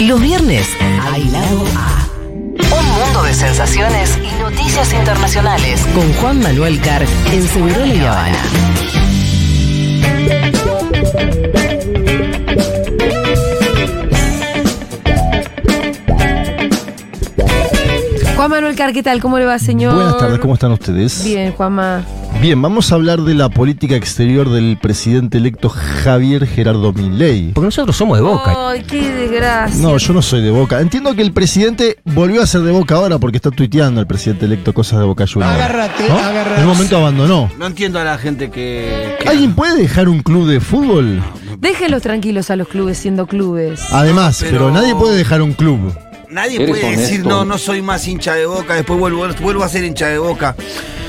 Los viernes hay lado A. Un mundo de sensaciones y noticias internacionales. Con Juan Manuel Carr en Seguro La Habana. Juan Manuel Carr, ¿qué tal? ¿Cómo le va, señor? Buenas tardes, ¿cómo están ustedes? Bien, Juanma. Bien, vamos a hablar de la política exterior del presidente electo Javier Gerardo Milei. Porque nosotros somos de Boca. Ay, qué desgracia. No, yo no soy de Boca. Entiendo que el presidente volvió a ser de Boca ahora porque está tuiteando el presidente electo cosas de Boca Juniors. Agárrate, ¿No? agárrate. En un momento abandonó. No entiendo a la gente que. que- ¿Alguien puede dejar un club de fútbol? Déjenlos tranquilos a los clubes siendo clubes. Además, pero Pero- nadie puede dejar un club. Nadie puede decir, no, no soy más hincha de boca, después vuelvo, vuelvo a ser hincha de boca.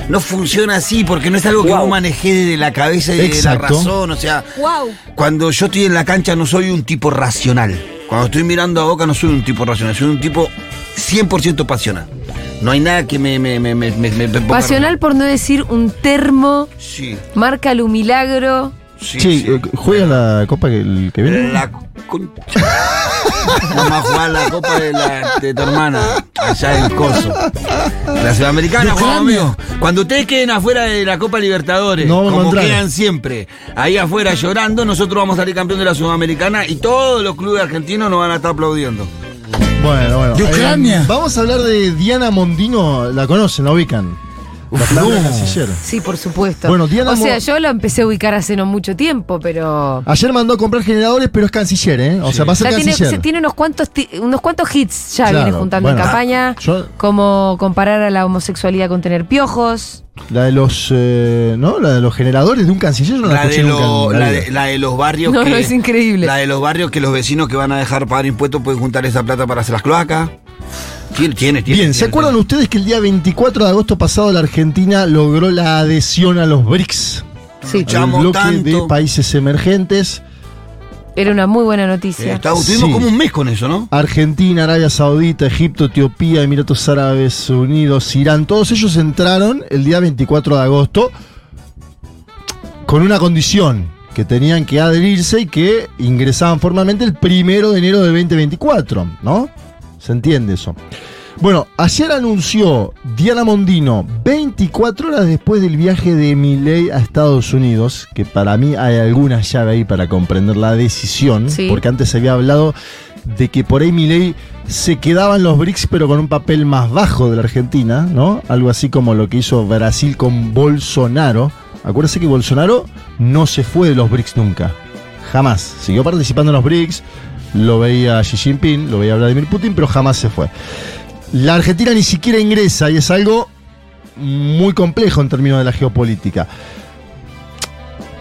No funciona así porque no es algo que vos manejé desde la cabeza y desde la Exacto. razón. O sea, Wow. cuando yo estoy en la cancha no soy un tipo racional. Cuando estoy mirando a boca no soy un tipo racional, soy un tipo 100% pasional. No hay nada que me. me, me, me, me- me- me- Pasional por no decir un termo, Sí, marca un milagro. sí. Che, sí. eh, ¿juega la copa que, el que viene? La concha. Vamos a jugar la copa de, la, de tu hermana allá en Coso. La sudamericana, Yo Juan cambio. mío. Cuando ustedes queden afuera de la Copa Libertadores, No vamos a como entrar. quedan siempre, ahí afuera llorando, nosotros vamos a salir campeón de la Sudamericana y todos los clubes argentinos nos van a estar aplaudiendo. Bueno, bueno. De Eh, Ucrania. vamos a hablar de Diana Mondino. La conocen, la ubican. La primera canciller. Sí, por supuesto. Bueno, Diana o sea, Mo- Ah, yo lo empecé a ubicar hace no mucho tiempo, pero. Ayer mandó a comprar generadores, pero es canciller, ¿eh? O sea, va a ser Ya tiene, canciller. se- tiene unos cuantos ti- unos cuantos hits ya Claro, viene juntando en bueno. ah, campaña, Yo- como comparar a la homosexualidad con tener piojos. La de los eh, ¿no? La de los generadores de un canciller yo no la, La de, escuché lo- nunca. en la, la de, vida. la de los barrios No, que. no, es increíble. La de los barrios que los vecinos que van a dejar pagar impuestos pueden juntar esa plata para hacer las cloacas. Tiene, tiene, tiene. Bien, ¿se tiene- acuerdan ustedes que el día 24 de agosto pasado la Argentina logró la adhesión a los BRICS? Sí, Ya. Al Luchamos bloque tanto. de países emergentes. era una muy buena noticia. Eh, está- tuvimos Sí. como un mes con eso, ¿no? Argentina, Arabia Saudita, Egipto, Etiopía, Emiratos Árabes Unidos, Irán, todos ellos entraron el día 24 de agosto con una condición, que tenían que adherirse y que ingresaban formalmente el primero de enero del 2024, ¿no? ¿Se entiende eso? Bueno, ayer anunció Diana Mondino, 24 horas después del viaje de Milei a Estados Unidos, que para mí hay alguna llave ahí para comprender la decisión, Sí. porque antes se había hablado de que por ahí Milei se quedaba en los BRICS pero con un papel más bajo de la Argentina, ¿no? Algo así como lo que hizo Brasil con Bolsonaro. Acuérdense que Bolsonaro no se fue de los BRICS nunca, jamás. Siguió participando en los BRICS, lo veía Xi Jinping, lo veía Vladimir Putin, pero jamás se fue. La Argentina ni siquiera ingresa y es algo muy complejo en términos de la geopolítica.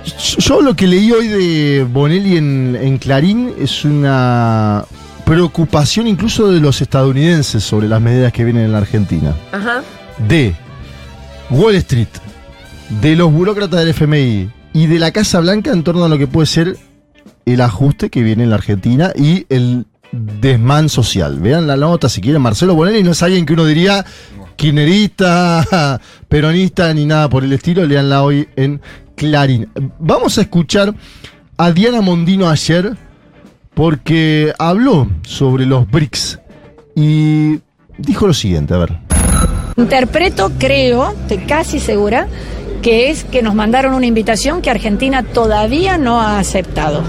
Yo- Yo lo que leí hoy de Bonelli en, en Clarín es una preocupación incluso de los estadounidenses sobre las medidas que vienen en la Argentina. Ajá. De Wall Street, de los burócratas del FMI y de la Casa Blanca en torno a lo que puede ser el ajuste que viene en la Argentina y el desmán social. Vean la nota si quieren. Marcelo Bonelli no es alguien que uno diría kirchnerista, peronista ni nada por el estilo. Leanla hoy en Clarín. Vamos a escuchar a Diana Mondino ayer porque habló sobre los BRICS y dijo lo siguiente, a ver. Interpreto, creo, estoy casi segura, que es que nos mandaron una invitación que Argentina todavía no ha aceptado.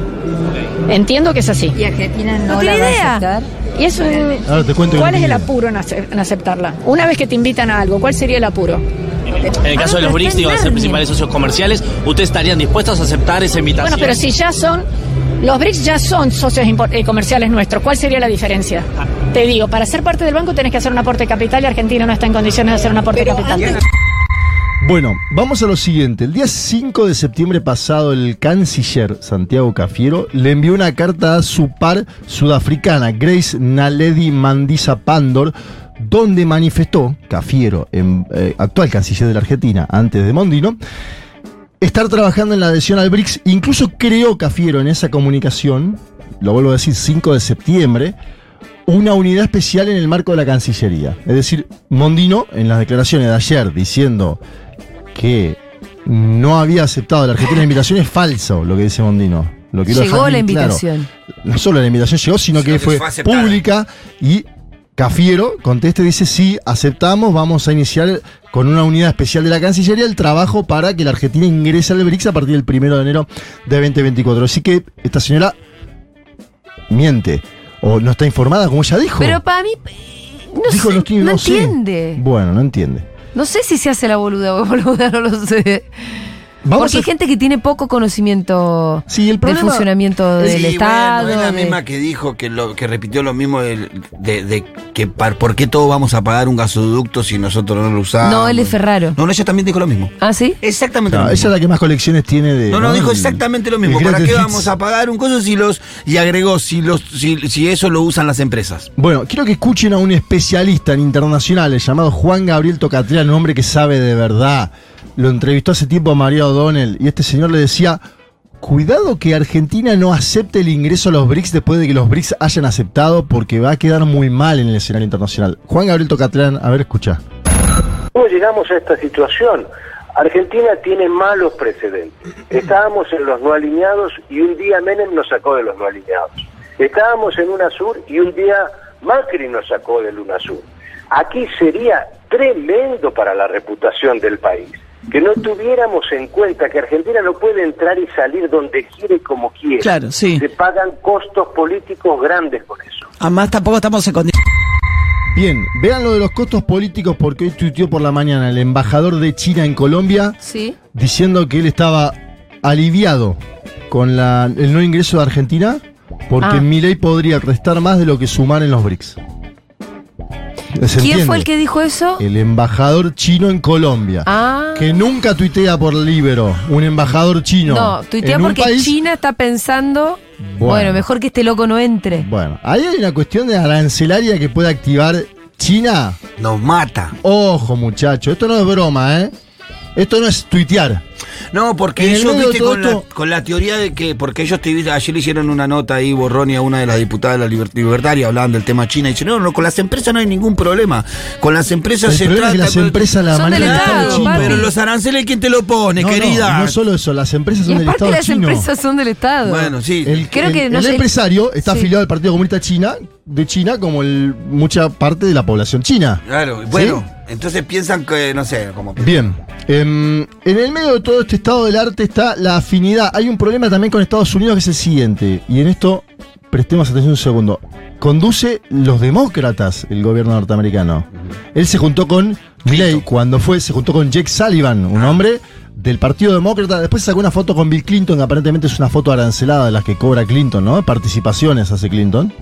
Entiendo que es así. Y Argentina no, No la tiene va idea. a aceptar. Y eso es- Ahora te cuento que ¿Cuál no es el tenía. apuro en, ace- en aceptarla? Una vez que te invitan a algo, ¿cuál sería el apuro? En el Ah, caso no, de los pero BRICS, está digo, de ser enorme. principales socios comerciales, ¿ustedes estarían dispuestos a aceptar esa invitación? Bueno, pero si ya son. Los BRICS ya son socios impor- eh, comerciales nuestros. ¿Cuál sería la diferencia? Te digo, para ser parte del banco tenés que hacer un aporte de capital y Argentina no está en condiciones de hacer un aporte de Pero capital. antes- Bueno, vamos a lo siguiente. El día 5 de septiembre pasado, el canciller Santiago Cafiero le envió una carta a su par sudafricana, Grace Naledi Mandisa Pandor, donde manifestó, Cafiero, en- eh, actual canciller de la Argentina, antes de Mondino, estar trabajando en la adhesión al BRICS. Incluso creó Cafiero en esa comunicación, lo vuelvo a decir, 5 de septiembre, una unidad especial en el marco de la Cancillería. Es decir, Mondino, en las declaraciones de ayer, diciendo que no había aceptado la Argentina la invitación, es falso lo que dice Mondino. Lo quiero Llegó dejar la bien claro. invitación. No solo la invitación llegó, sino, Sino que, que fue, fue aceptada. pública y Cafiero contesta y dice, sí, aceptamos, vamos a iniciar con una unidad especial de la Cancillería el trabajo para que la Argentina ingrese al BRICS a partir del primero de enero de 2024. Así que esta señora miente o no está informada, como ella dijo. Pero para mí, no, Dijo, sé, no estoy- no no sé. entiende. Bueno, no entiende. No sé si se hace la boluda o boluda, no lo sé. Porque a- hay gente que tiene poco conocimiento Sí, el problema- del funcionamiento Sí, del bueno, Estado. es la de- misma que dijo que lo que repitió lo mismo del- de, de que par- por qué todos vamos a pagar un gasoducto si nosotros no lo usamos. No, él es Ferraro. No, no, ella también dijo lo mismo. ¿Ah, sí? Exactamente. No, lo ella es mismo. la que más colecciones tiene de. No, no, dijo El- exactamente lo el mismo. ¿Para Greatest qué Hits. vamos a pagar un coso si los y agregó si los si, si eso lo usan las empresas? Bueno, quiero que escuchen a un especialista en internacionales llamado Juan Gabriel Tocatrián, un hombre que sabe de verdad. Lo entrevistó hace tiempo a María O'Donnell y este señor le decía: Cuidado que Argentina no acepte el ingreso a los BRICS después de que los BRICS hayan aceptado, porque va a quedar muy mal en el escenario internacional. Juan Gabriel Tocatrián, a ver, escucha. ¿Cómo llegamos a esta situación? Argentina tiene malos precedentes. Estábamos en los no alineados y un día Menem nos sacó de los no alineados. Estábamos en UNASUR y un día Macri nos sacó del UNASUR. Aquí sería tremendo para la reputación del país que no tuviéramos en cuenta que Argentina no puede entrar y salir donde quiere y como quiere. Claro, sí. Se pagan costos políticos grandes con eso. Además, tampoco estamos en condiciones. Bien, vean lo de los costos políticos, porque hoy tuiteó por la mañana el embajador de China en Colombia. Sí. diciendo que él estaba aliviado con la- el no ingreso de Argentina porque Ah. Milei podría restar más de lo que sumar en los BRICS. ¿Se ¿Quién fue entiende? Eh, el que dijo eso? El embajador chino en Colombia. Ah. Que nunca tuitea por libero un embajador chino. No, tuitea en un porque país- China está pensando, Bueno. bueno. mejor que este loco no entre. Bueno, ahí hay una cuestión de arancelaria que puede activar China. Nos mata. Ojo, muchacho, esto no es broma, ¿eh? Esto no es tuitear. No, En porque el ellos, medio de viste, todo con la, esto- con la teoría de que, porque ellos te, viste, ayer le hicieron una nota ahí, Borrón y a una de las diputadas de la liber- libertaria, hablaban del tema China, y dicen, no, no, con las empresas no hay ningún problema. Con las empresas El se problema trata. es que las pero- empresas la Son del manejan Estado, todo chino. papi. Pero los aranceles, ¿quién te lo pone, No, no, querida? No, solo eso, las empresas Y son del aparte Estado las chino. empresas son del Estado. Bueno, sí. El, Creo el- que no el sé- empresario está Sí. afiliado al Partido Comunista China de China como el- mucha parte de la población china. Claro, ¿Sí? bueno, entonces piensan que, no sé, como. Bien. em, en el medio de todo este estado del arte está la afinidad. Hay un problema también con Estados Unidos que es el siguiente. Y en esto prestemos atención un segundo. Conduce los demócratas el gobierno norteamericano. Él se juntó con Milley cuando fue, se juntó con Jake Sullivan, Ah. un hombre del Partido Demócrata. Después sacó una foto con Bill Clinton, que aparentemente es una foto arancelada de las que cobra Clinton, ¿no? Participaciones hace Clinton.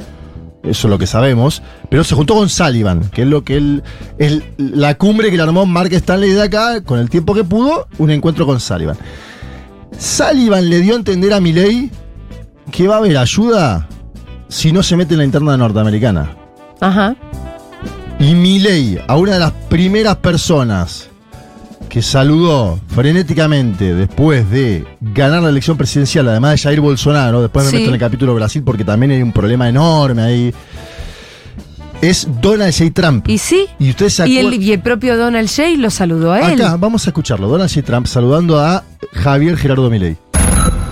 Eso es lo que sabemos. Pero se juntó con Sullivan, que es lo que él. el- la cumbre que le armó Mark Stanley de acá, con el tiempo que pudo, un encuentro con Sullivan. Sullivan le dio a entender a Milley que va a haber ayuda si no se mete en la interna norteamericana. Ajá. Y Milley, a una de las primeras personas que saludó frenéticamente después de ganar la elección presidencial, además de Jair Bolsonaro, después me Sí. meto en el capítulo Brasil porque también hay un problema enorme ahí, es Donald J. Trump. ¿Y sí? Y ustedes se Ah, Y acuerdan... el, y el propio Donald Jay lo saludó a él. Acá, vamos a escucharlo. Donald J. Trump saludando a Javier Gerardo Milei.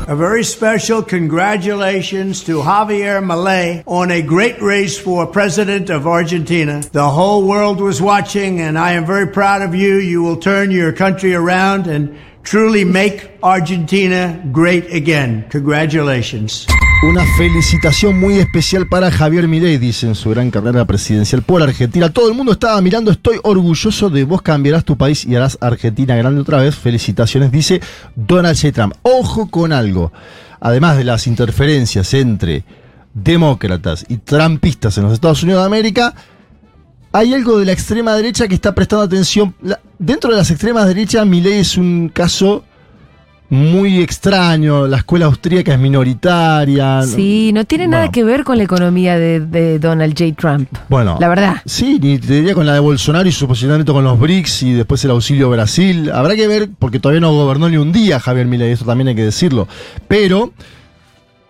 A very special congratulations to Javier Malay on a great race for president of Argentina. The whole world was watching, and I am very proud of you. You will turn your country around and truly make Argentina great again. Congratulations. Una felicitación muy especial para Javier Milei, dice en su gran carrera presidencial por Argentina. Todo el mundo estaba mirando, estoy orgulloso de vos, cambiarás tu país y harás Argentina grande otra vez. Felicitaciones, dice Donald J. Trump. Ojo con algo. Además de las interferencias entre demócratas y trumpistas en los Estados Unidos de América, hay algo de la extrema derecha que está prestando atención. La- dentro de las extremas derechas, Milei es un caso muy extraño. La escuela austríaca es minoritaria. Sí, no tiene nada Bueno. que ver con la economía de, de Donald J. Trump. Bueno. La verdad. Sí, ni te diría con la de Bolsonaro y su posicionamiento con los BRICS y después el auxilio a Brasil. Habrá que ver, porque todavía no gobernó ni un día Javier Milei, eso también hay que decirlo. Pero,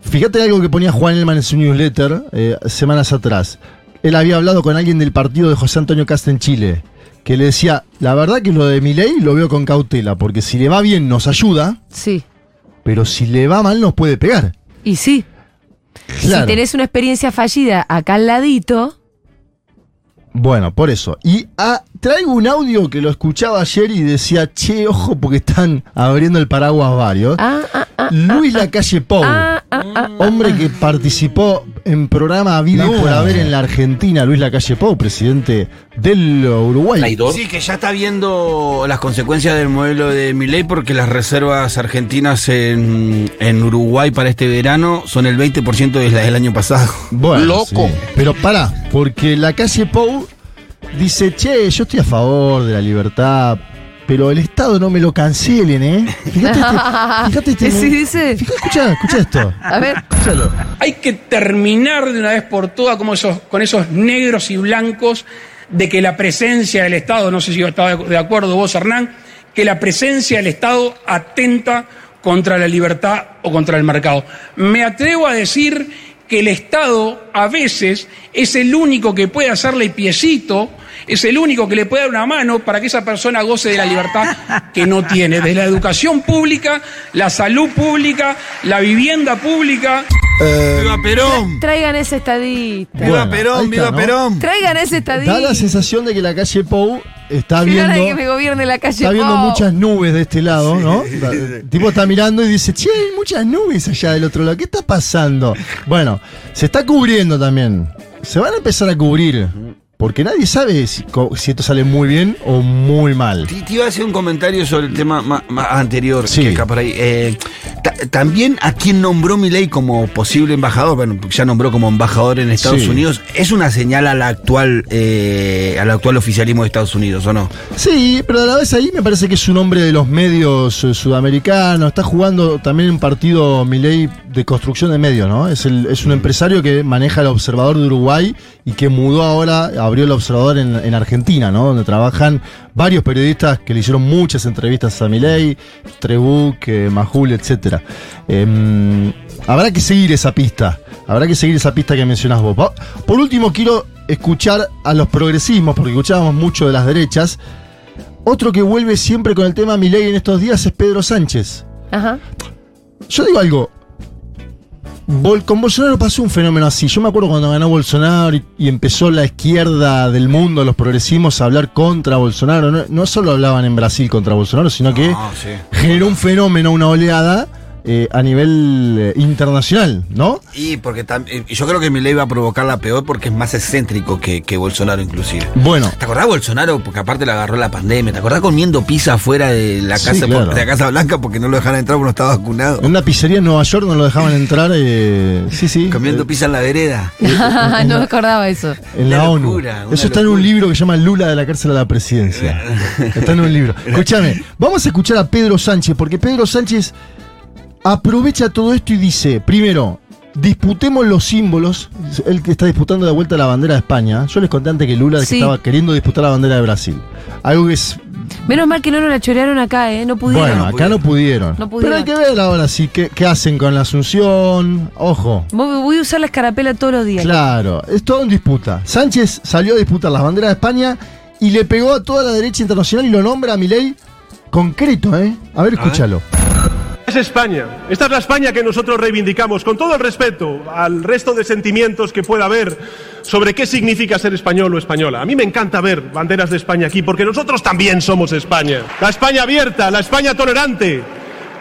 fíjate algo que ponía Juan Elman en su newsletter eh, semanas atrás. Él había hablado con alguien del partido de José Antonio Casta en Chile, que le decía, la verdad que lo de Milei lo veo con cautela, porque si le va bien nos ayuda, Sí. pero si le va mal nos puede pegar. Y sí, si Claro. tenés una experiencia fallida acá al ladito, Bueno, por eso. Y ah, traigo un audio que lo escuchaba ayer y decía, che, ojo, porque están abriendo el paraguas varios. ah, ah, ah, Luis Lacalle Pou, ah, ah, ah, hombre que participó en programa A Vida y por Haber en la Argentina, Luis Lacalle Pou, presidente del Uruguay. Traidor. Sí, que ya está viendo las consecuencias del modelo de Milei porque las reservas argentinas en, en Uruguay para este verano son el 20% de las del año pasado. Bueno, Loco. sí. Pero pará, porque la calle Pou dice, che, yo estoy a favor de la libertad, pero el Estado no me lo cancelen, ¿eh? Fíjate este... Fíjate este Sí, dice. Fíjate, escuchá, escuchá esto. a ver, Escuchalo. Hay que terminar de una vez por todas como esos, con esos negros y blancos de que la presencia del Estado, no sé si yo estaba de acuerdo vos, Hernán, que la presencia del Estado atenta contra la libertad o contra el mercado. Me atrevo a decir que el Estado a veces es el único que puede hacerle piecito, es el único que le puede dar una mano para que esa persona goce de la libertad que no tiene, desde la educación pública, la salud pública, la vivienda pública. ¡Viva Perón! traigan ese estadista. ¡Viva Bueno, ahí Perón! está, ¡Viva ¿no? Perón! Traigan ese Da la estadista. sensación de que la calle Pou está Qué gana de que viendo... me gobierne la calle. Oh. Está viendo Pau. muchas nubes de este lado, ¿no? El tipo está mirando y dice, che, hay muchas nubes allá del otro lado, ¿qué está pasando? Bueno, se está cubriendo también. Se van a empezar a cubrir. Porque nadie sabe si, co- si esto sale muy bien o muy mal. Te, te iba a hacer un comentario sobre el tema ma- ma- anterior Sí. que acá por ahí. Eh, ta- también a quien nombró Milei como posible embajador, bueno, ya nombró como embajador en Estados Sí. Unidos, es una señal a la actual, eh, al actual oficialismo de Estados Unidos, ¿o no? Sí, pero a la vez ahí me parece que es un hombre de los medios eh, sudamericanos. Está jugando también un partido, Milei, de construcción de medios, ¿no? Es, el- es un empresario que maneja el Observador de Uruguay y que mudó ahora, abrió el Observador en, en Argentina, ¿no? Donde trabajan varios periodistas que le hicieron muchas entrevistas a Milei, Trebuch, eh, Majul, etc. habrá que seguir esa pista. Habrá que seguir esa pista que mencionás vos. Va- Por último, quiero escuchar a los progresismos, porque escuchábamos mucho de las derechas. Otro que vuelve siempre con el tema Milei en estos días es Pedro Sánchez. Ajá. Yo digo algo. Bol- con Bolsonaro pasó un fenómeno así. Yo me acuerdo cuando ganó Bolsonaro y, y empezó la izquierda del mundo, los progresismos, a hablar contra Bolsonaro. No, no solo hablaban en Brasil contra Bolsonaro, sino que Ah, sí. generó un fenómeno, una oleada eh, a nivel eh, internacional, ¿no? Y porque tam- eh, yo creo que Milei va a provocar la peor porque es más excéntrico que, que Bolsonaro inclusive. Bueno, ¿Te acordás Bolsonaro? Porque aparte le agarró la pandemia. ¿Te acordás comiendo pizza afuera de la Sí, casa, claro. de la Casa Blanca porque no lo dejaron entrar porque no estaba vacunado? en una pizzería en Nueva York no lo dejaban entrar. eh, sí, sí. Comiendo eh, pizza en la vereda. no me acordaba eso. En la Una ONU. locura, una Eso está en un locura. libro que se llama Lula de la cárcel a la presidencia. Está en un libro. Escúchame, vamos a escuchar a Pedro Sánchez, porque Pedro Sánchez aprovecha todo esto y dice, primero, disputemos los símbolos. Él que está disputando de vuelta la bandera de España. Yo les conté antes que Lula Sí. que estaba queriendo disputar la bandera de Brasil. Algo que es... Menos mal que no nos la chorearon acá, ¿eh? No pudieron. bueno, acá no pudieron. No pudieron. Pero hay que ver ahora sí qué, qué hacen con la Asunción. Ojo. Voy voy a usar la escarapela todos los días. Claro, es todo en disputa. Sánchez salió a disputar las banderas de España y le pegó a toda la derecha internacional y lo nombra a Milei concreto, ¿eh? A ver, escúchalo. Es España. Esta es la España que nosotros reivindicamos, con todo el respeto al resto de sentimientos que pueda haber sobre qué significa ser español o española. A mí me encanta ver banderas de España aquí, porque nosotros también somos España. La España abierta, la España tolerante,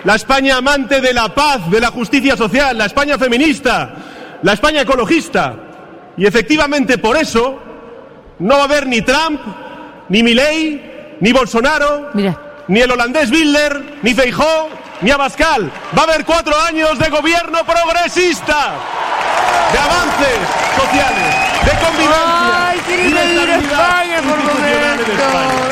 la España amante de la paz, de la justicia social, la España feminista, la España ecologista. Y efectivamente por eso no va a haber ni Trump, ni Milei, ni Bolsonaro, Mira. ni el holandés Bilder, ni Feijó, ni Abascal. Va a haber cuatro años de gobierno progresista, de avances sociales, de convivencia. ¡Ay, qué lindo y de vivir en estabilidad España por institucional en España. momentos!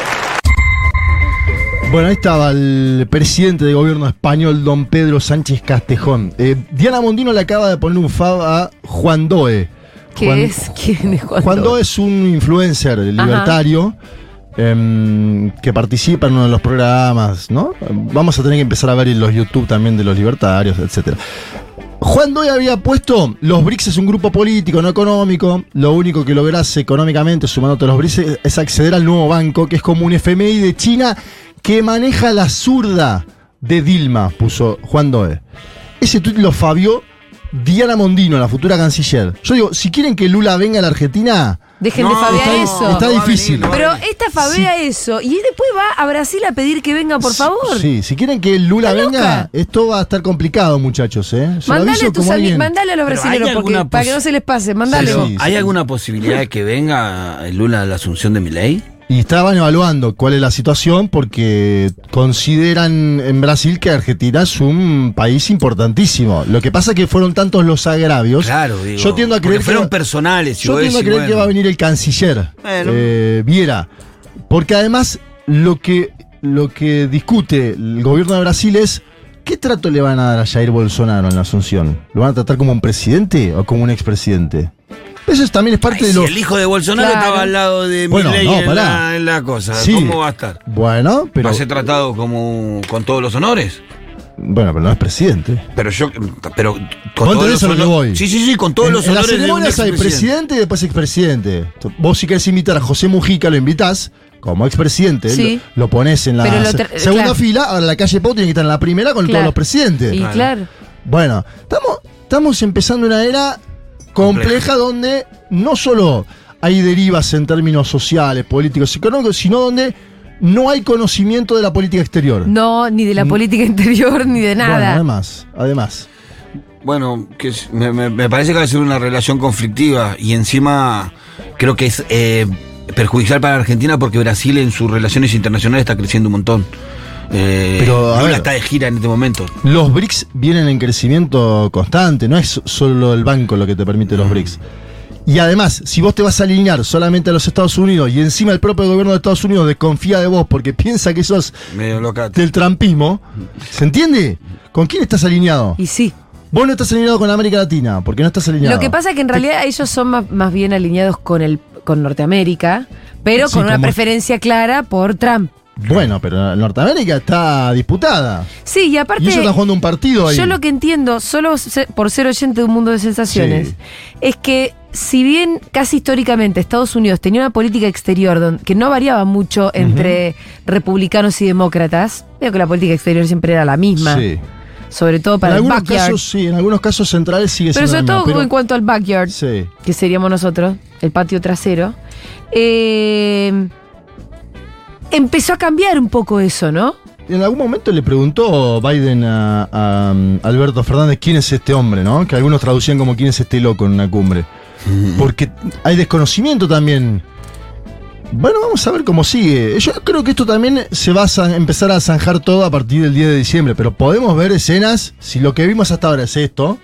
Bueno, ahí estaba el presidente de gobierno español, don Pedro Sánchez Castejón. Eh, Diana Mondino le acaba de poner un fab a Juan Doe. ¿Qué Juan- es? ¿Quién es Juan Juan Doe Doe? es un influencer libertario em, que participa en uno de los programas, ¿no? Vamos a tener que empezar a ver los YouTube también de los libertarios, etc. Juan Doe había puesto, los BRICS es un grupo político, no económico, lo único que lográs económicamente sumándote a los BRICS es acceder al nuevo banco, que es como un FMI de China que maneja la zurda de Dilma, puso Juan Doe. Ese tuit lo fabió Diana Mondino, la futura canciller. Yo digo, si quieren que Lula venga a la Argentina, Dejen de No, fabear está, eso. está No va a difícil. venir, no va a Pero esta fabea eso. Y después va a Brasil a pedir que venga, por favor. Sí, si quieren que Lula ¿Está venga, loca? esto va a estar complicado, muchachos, ¿eh? Se lo Mandale aviso a tus amigos, como alguien- mandale a los Pero hay brasileños porque- alguna para pos- que no se les pase, mandale. Pero, vos. sí, ¿Hay sí. alguna posibilidad de que venga eh, Lula a la asunción de Milei? Y estaban evaluando cuál es la situación porque consideran en Brasil que Argentina es un país importantísimo. Lo que pasa es que fueron tantos los agravios. Claro, digo, Yo tiendo a porque creer fueron que, personales, si Yo vos tiendo a decís, creer que bueno. va a venir el canciller Bueno. eh, Viera, porque además lo que lo que discute el gobierno de Brasil es ¿Qué trato le van a dar a Jair Bolsonaro en la Asunción? ¿Lo van a tratar como un presidente o como un expresidente? Eso es- también es parte Ay, de si lo... el hijo de Bolsonaro Claro. estaba al lado de Bueno, Milei no, en, pará. la, en la cosa, Sí. ¿cómo va a estar? Bueno, pero... ¿Va a ser tratado como con todos los honores? Bueno, pero no es presidente. Pero yo, pero con de eso honores. lo que voy. Sí, sí, sí, con todos en, los en las honores. de un ceremonias hay expresidente. presidente y después expresidente. Vos si querés invitar a José Mujica, lo invitás como expresidente. Sí. Lo, lo ponés en la Pero lo se- ter- segunda claro. fila, ahora la calle Pau tiene que estar en la primera con todos Claro. los presidentes. Y claro. Bueno, estamos, estamos empezando una era compleja Compleja. donde no solo hay derivas en términos sociales, políticos, económicos, sino donde no hay conocimiento de la política exterior. No, ni de la política interior, ni de Mm. Bueno, nada. además, además. Bueno, que es- me, me- me parece que va a ser una relación conflictiva y encima creo que es eh, perjudicial para Argentina porque Brasil en sus relaciones internacionales está creciendo un montón. Eh, Pero, a Lula ver. está de gira en este momento. Los BRICS vienen en crecimiento constante, no es solo el banco lo que te permite los BRICS. Y además, si vos te vas a alinear solamente a los Estados Unidos y encima el propio gobierno de Estados Unidos desconfía de vos porque piensa que sos Medio loca. del trampismo, ¿se entiende? ¿Con quién estás alineado? Y sí. Vos no estás alineado con América Latina, porque no estás alineado. Lo que pasa es que en realidad ellos son más, más bien alineados con el con Norteamérica, pero Sí, con una como- preferencia clara por Trump. Bueno, pero Norteamérica está disputada. Sí, y aparte Y ellos están jugando un partido ahí. Yo lo que entiendo, solo se- por ser oyente de un mundo de sensaciones, Sí. es que si bien casi históricamente Estados Unidos tenía una política exterior don- que no variaba mucho entre republicanos y demócratas, veo que la política exterior siempre era la misma, Sí. sobre todo En para el algunos backyard. casos, sí, en algunos casos centrales sigue pero sobre siendo todo la misma, en cuanto al backyard, Sí. que seríamos nosotros, el patio trasero, eh, empezó a cambiar un poco eso, ¿no? En algún momento le preguntó Biden a, a, um, Alberto Fernández quién es este hombre, ¿no? Que algunos traducían como quién es este loco en una cumbre. Porque hay desconocimiento también. Bueno, vamos a ver cómo sigue. Yo creo que esto también se va a zan- empezar a zanjar todo a partir del 10 de diciembre, pero podemos ver escenas, si lo que vimos hasta ahora es esto,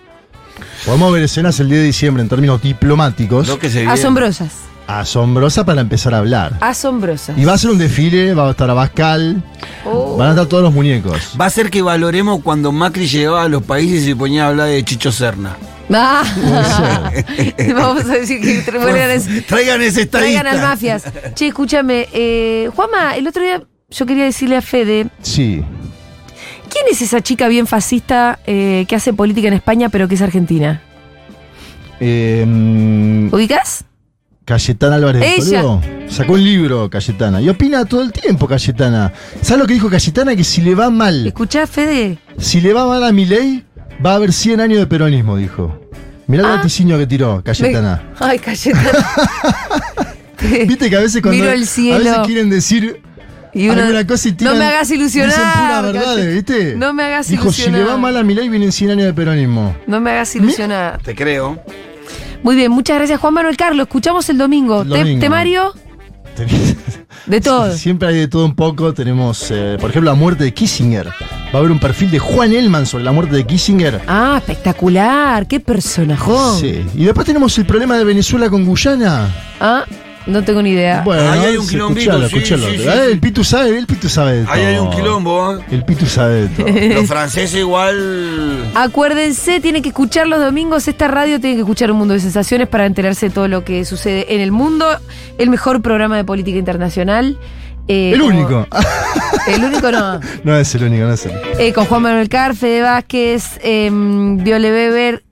podemos ver escenas el 10 de diciembre en términos diplomáticos Lo que se viene. Asombrosas, asombrosas para empezar a hablar. asombrosas. Y va a ser un desfile, va a estar Abascal, Oh. van a estar todos los muñecos. Va a ser que valoremos cuando Macri llegaba a los países y se ponía a hablar de Chicho Serna. Ah. Vamos a decir que tra- vuelvan a- Traigan ese estadista. traigan al mafias. Che, escúchame, eh, Juanma, el otro día yo quería decirle a Fede, Sí. ¿quién es esa chica bien fascista eh, que hace política en España pero que es argentina? Eh, mm, ¿Ubicás? Cayetana Álvarez de Ella. Toledo sacó un libro, Cayetana, y opina todo el tiempo, Cayetana. ¿Sabes lo que dijo Cayetana? Que si le va mal, ¿Escuchás, Fede? si le va mal a mi ley, va a haber 100 años de peronismo, dijo. Mirá Ah. el vaticinio que tiró, Cayetana. Me- Ay, Cayetana. Te- Viste que a veces cuando eh, Miro el cielo. a veces quieren decir y uno- alguna cosa y tiran, no me hagas ilusionar. dicen pura verdad, Cayet- ¿viste? No me hagas Dijo, ilusionar. si le va mal a mi ley, vienen 100 años de peronismo. No me hagas ilusionar. Te creo. Muy bien, muchas gracias Juan Manuel Carlos. Escuchamos el domingo. El Te- domingo. temario de todo. Siempre hay de todo un poco. Tenemos, eh, por ejemplo, la muerte de Kissinger. Va a haber un perfil de Juan Elman sobre la muerte de Kissinger. Ah, espectacular, qué personajón. Sí. Y después tenemos el problema de Venezuela con Guyana. Ah, no tengo ni idea. Bueno, ahí hay es- un quilombito, escuchalo, sí, escuchalo. sí, sí, Ah, sí. El Pitu sabe, el Pitu sabe de todo. Ahí hay un quilombo. ¿eh? El Pitu sabe de todo. Los franceses igual. Acuérdense, tienen que escuchar los domingos esta radio, tienen que escuchar Un Mundo de Sensaciones para enterarse de todo lo que sucede en el mundo. El mejor programa de política internacional. eh, el como- único. El único no. no es el único, no es el único. Eh, con Juan Manuel Carfe de Vázquez, em, Viole Weber,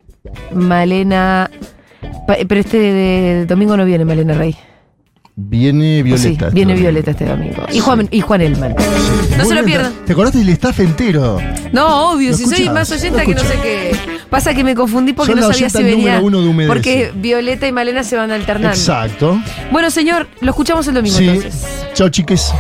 Malena. pa- eh, Pero este de- de domingo no viene Malena Rey. Viene Violeta. sí, viene Violeta este domingo. Y Juan, y Juan Elman. No se lo pierdan. ¿Te acordaste del staff entero? No, obvio, ¿Lo si soy escuchas? más oyenta ¿Lo que no sé escuchas? qué. Pasa que me confundí porque Son no la sabía oyenta si número venía. uno de Humedece. porque Violeta y Malena se van alternando. Exacto. Bueno, señor, lo escuchamos el domingo Sí. entonces. Chao, chiques.